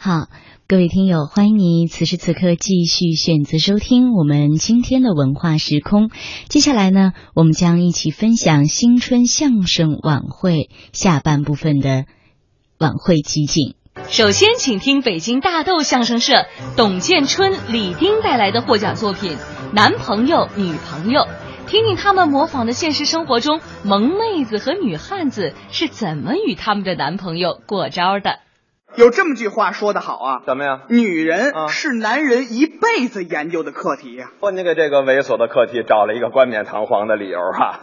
好，各位听友，欢迎你此时此刻继续选择收听我们今天的文化时空。接下来呢，我们将一起分享新春相声晚会下半部分的晚会集锦。首先，请听北京大豆相声社董建春、李丁带来的获奖作品《男朋友女朋友》，听听他们模仿的现实生活中萌妹子和女汉子是怎么与他们的男朋友过招的。有这么句话说得好啊，怎么样？女人啊是男人一辈子研究的课题呀、哦，你给这个猥琐的课题找了一个冠冕堂皇的理由啊！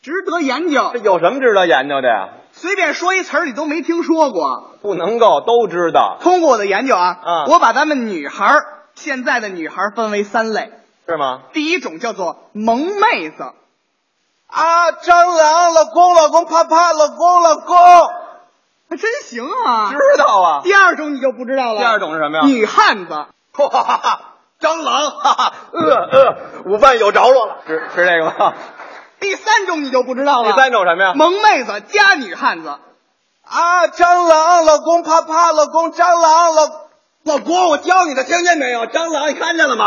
值得研究这。 有什么值得研究的呀？随便说一词儿你都没听说过。不能够都知道，通过我的研究啊，啊我把咱们女孩儿现在的女孩儿分为三类，是吗？第一种叫做萌妹子，啊，蟑螂，老公，老公，啪啪，老公，老公，还真行啊。知道啊。第二种你就不知道了，第二种是什么呀？女汉子，哈哈哈， 蟑螂，哈哈， 呃呃，午饭有着落了，是是这个吗？ 第三种你就不知道了，第三种什么呀？萌妹子加女汉子，啊，蟑螂，老公，啪啪，老公，蟑螂，老老公，我教你的，听见没有？蟑螂，你看见了吗？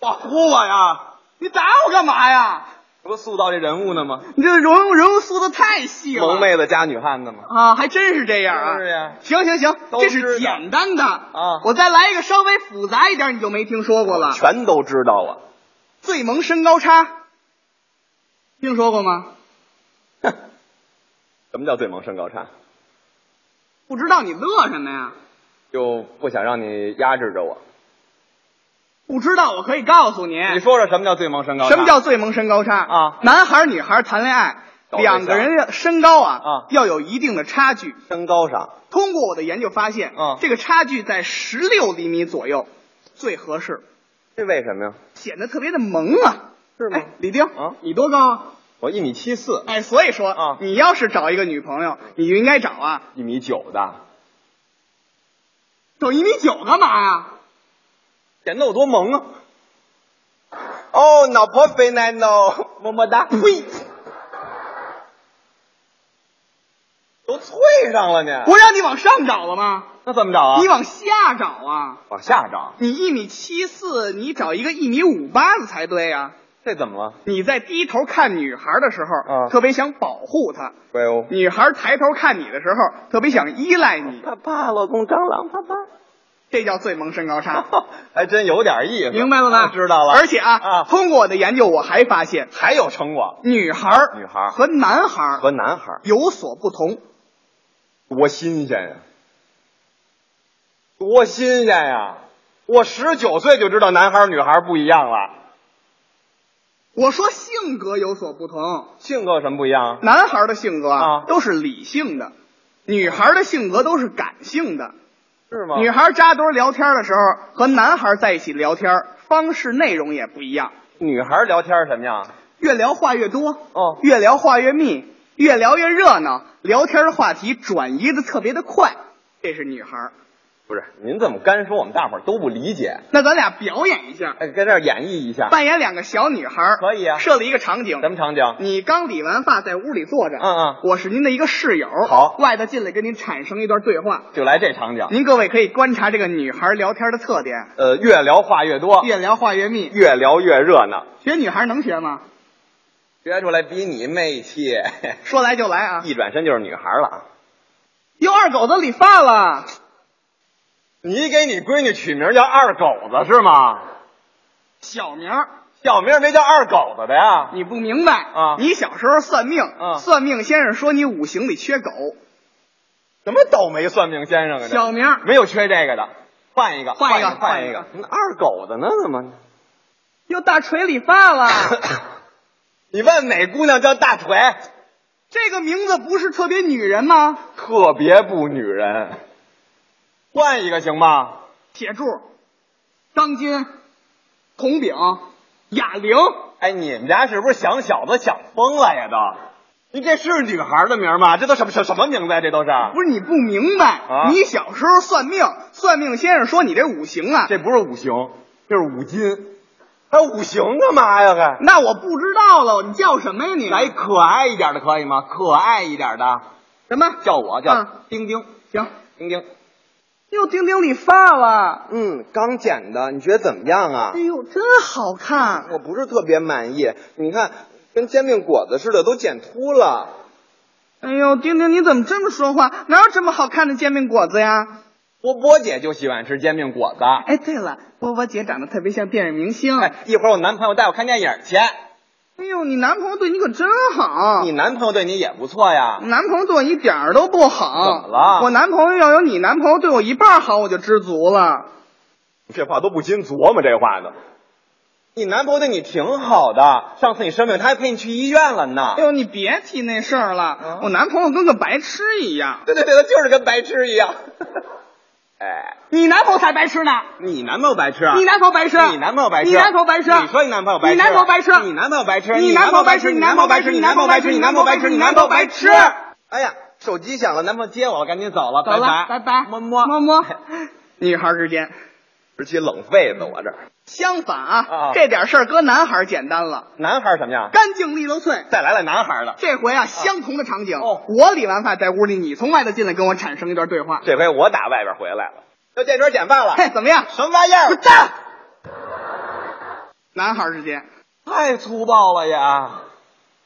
保护我呀！你打我干嘛呀？这不塑造这人物呢吗？你这融入人物塑的太 细了，萌妹子加女汉子吗？啊，还真是这样啊！是呀行行行，都这知道是简单的啊我再来一个稍微复杂一点，你就没听说过了。全都知道了。 最萌身高差，听说过吗？哼什么叫最萌身高差？不知道你乐什么呀？就不想让你压制着我。不知道我可以告诉你，你说说什么叫最萌身高差？哎什么叫最萌身高差啊男孩儿女孩儿谈恋爱，搞对象两个人的身高啊啊要有一定的差距。身高上？通过我的研究发现，啊这个差距在十六厘米左右最合适，这为什么呀？显得特别的萌啊。是吗哎，李丁，啊你多高啊？我一米七四，哎，所以说啊你要是找一个女朋友，你就应该找啊，一米九的，找一米九干嘛呀？显得我多萌啊！哦，老婆肥奶酪， 么么哒！呸，都脆上了你，我让你往上找了吗？那怎么哎找啊？你往下找啊！往下找，你一米七四，你找一个一米五八的才对啊！这怎么了？你在低头看女孩的时候，啊特别想保护她；对哦，女孩抬头看你的时候，特别想依赖你。啪啪，老公蟑螂，啪啪。这叫最萌身高 差。还真有点意思，明白了吧？啊知道了。而且啊，啊通过我的研究，我还发现还有成果，女孩儿女孩儿和男孩儿和男孩儿有所不同。多新鲜呀，多新鲜呀！我十九岁就知道男孩儿女孩儿不一样了，我说性格有所不同，性格有什么不一样啊？男孩的性格啊都是理性的，女孩的性格都是感性的。是吗？女孩扎堆聊天的时候和男孩在一起聊天方式、内容也不一样，女孩儿聊天儿什么样啊？越聊话越多，哦越聊话越密，越聊越热闹，聊天的话题转移的特别的快，这是女孩。不是，您怎么干说我们大伙儿都不理解？那咱俩表演一下，哎，跟这儿演绎一下，扮演两个小女孩，可以啊设立一个场景什，么场景？你刚理完发，在屋里坐着。嗯嗯我是您的一个室友。好外头进来跟您产生一段对话。就来这场景。您各位可以观察这个女孩聊天的特点，呃，越聊话越多，越聊话越密。越聊越热闹，学女孩能学吗？学出来比你媚气。 说来就来啊！一转身就是女孩儿了啊！哟，二狗子理发了，你给你闺女取名叫二狗子是吗？小名儿小名没叫二狗子的呀？你不明白啊你小时候算命，啊算命先生说你五行里缺狗，什么倒霉算命先生啊？小名儿没有缺这个的，换一个，换一一个个，换换一个个。那二狗子呢？怎么？哟，大锤理发了， 你问哪姑娘叫大腿？这个名字不是特别女人吗？特别不女人。换一个行吗？铁柱、钢筋、铜饼、哑铃。哎，你们家是不是想小子想疯了呀？都，你这是女孩的名吗？这都什么什什么名字呀？这都是，不是你不明白、啊你小时候算命，算命先生说你这五行啊，这不是五行，这是五金。还有五行干嘛呀？还那我不知道了，你叫什么呀你？来可爱一点的可以吗？可爱一点的，什么？叫我啊叫丁丁行，丁丁，又钉钉里发了。嗯，刚剪的，你觉得怎么样啊哎？呦，真好看！我不是特别满意，你看跟煎饼果子似的，都剪秃了。哎呦，丁丁，你怎么这么说话？哪有这么好看的煎饼果子呀？波波姐就喜欢吃煎饼果子。哎，对了，波波姐长得特别像电影明星。哎，一会儿我男朋友带我看电影去。哎呦，你男朋友对你可真好。你男朋友对你也不错呀。男朋友对我一点儿都不好。怎么了我男朋友要有你男朋友对我一半好，我就知足了。这话都不禁琢磨这话呢。你男朋友对你挺好的，上次你生病他还陪你去医院了呢哎。呦，你别提那事儿了，我男朋友跟个白痴一样。对对对，他就是跟白痴一样。哎，你男朋友才白痴呢！ 你男朋友白痴啊？你男朋友白痴！你男朋友白痴，啊你男朋友白痴！你说你男朋友白痴，啊你男朋友白痴！你男朋友白痴，你男朋友白痴你男朋友白痴，啊你你男男朋友白朋友痴白痴，你你男男朋友朋友白白痴痴，你男朋友白痴你男朋友白痴。哎呀，手机响了，男朋友接我了，赶紧走了，走了拜拜拜么么么 么。女孩之间，直起冷痱子，我这儿相反啊，啊这点事儿搁男孩简单了，男孩儿怎么样？干净利落脆。再来了男孩儿的，这回啊，相同的场景，哦我理完发在屋里，你从外头进来跟我产生一段对话。这回我打外边回来了，就这桌剪发了，嘿，怎么样？什么玩意滚儿？蛋！男孩之间 太粗暴了呀，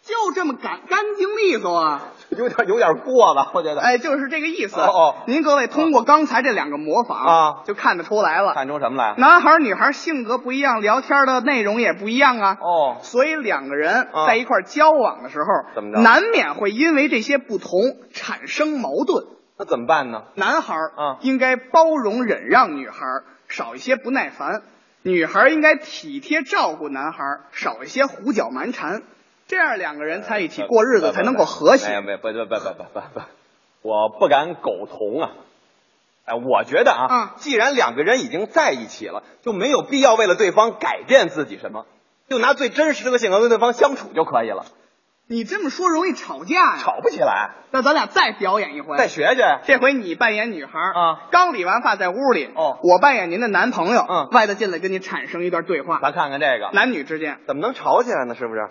就这么干干净利索啊！有点有点过吧，我觉得。，哎，就是这个意思。哦哦您各位通过刚才这两个模仿啊就看得出来了，看出什么来？男孩女孩性格不一样，聊天的内容也不一样啊。哦，所以两个人啊在一块儿交往的时候，怎么着难免会因为这些不同产生矛盾。那怎么办呢？男孩儿啊应该包容忍让女孩儿，少一些不耐烦；女孩儿应该体贴照顾男孩儿，少一些胡搅蛮缠。这样两个人在一起呃过日子才能够和哎呀，谐。没不不不不不不，我不敢苟同啊。哎，我觉得啊，嗯既然两个人已经在一起了，就没有必要为了对方改变自己什么，就拿最真实的性格跟对方相处就可以了，你这么说容易吵架呀、吵不起来。那咱俩再表演一回。再学学，这回你扮演女孩儿啊，刚理完发在屋里。哦我扮演您的男朋友。嗯外头进来跟你产生一段对话，咱看看这个男女之间怎么能吵起来呢？是不是？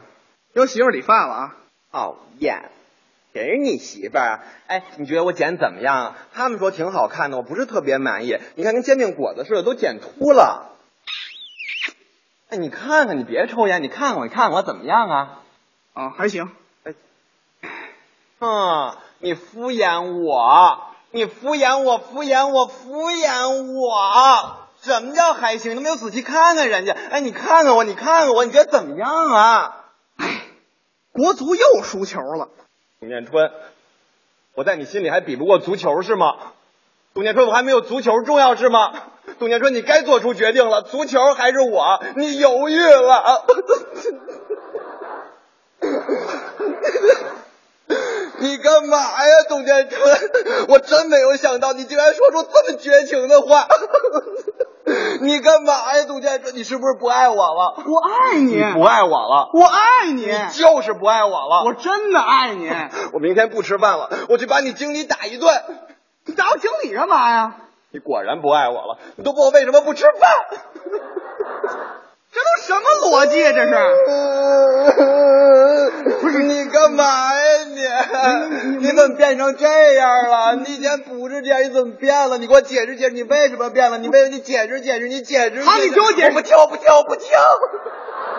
有媳妇儿理发了啊？讨厌，谁是你媳妇儿啊？哎，你觉得我剪怎么样啊？他们说挺好看的，我不是特别满意。你看跟煎饼果子似的，都剪秃了。哎，你看看，你别抽烟，你看看我，你看看我怎么样啊？啊、还行。嗯，你敷衍我，你敷衍我，敷衍我，敷衍我。什么叫还行？你都没有仔细看看人家。哎，你看看我，你看看我，你觉得怎么样啊？国足又输球了。董建春，我在你心里还比不过足球是吗？董建春，我还没有足球重要是吗？董建春，你该做出决定了，足球还是我？你犹豫了。啊 你干嘛呀，董建春？我真没有想到你竟然说出这么绝情的话。 你干嘛呀，董建春？你是不是不爱我了？我爱你，嗯爱我了，我爱你，就是不爱我了我真的爱 你。我明天不吃饭了，我去把你经理打一顿。你打我经理干嘛呀？你果然不爱我了，你都问我为什么不吃饭？ 这都什么逻辑啊？这嗯是不是你干嘛呀嗯你？你怎么变成这样了？你以前不是这样，你怎么变了？你给我解释解释，你为什么变了？你为你解释解释，你解释。好你听我解释不听，不听，不听。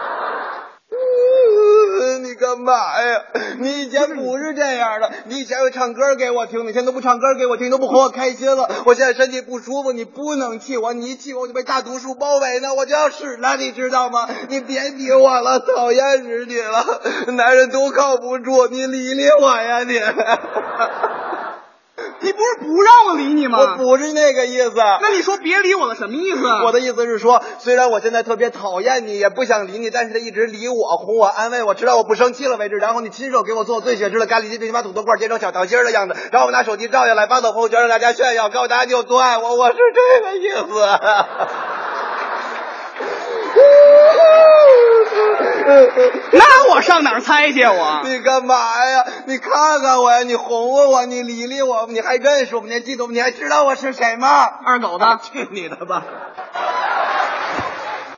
你干嘛呀？你以前不是这样的，你以前会唱歌给我听，你现在都不唱歌给我听，你都不哄我开心了。我现在身体不舒服，你不能气我，你一气我我就被大毒树包围呢，我就要死了，你知道吗？你别理我了，讨厌死你了，男人都靠不住，你理理我呀你！你不是不让我理你吗？我不是那个意思。那你说别理我了，什么意思？啊我的意思是说，虽然我现在特别讨厌你，也不想理你，但是他一直理我、哄我、安慰我，直到我不生气了为止。然后你亲手给我做我最喜欢吃的咖喱鸡，并且把土豆块切成小条心儿的样子，然后我拿手机照下来发到朋友圈让大家炫耀，告诉大家你有多爱我。我是这个意思。啊那我上哪儿猜去？我 你干嘛呀？你看看我呀，你哄哄我，你理理我，你还认识我吗？你还记得我吗？你还知道我是谁吗？二狗子，去你的吧！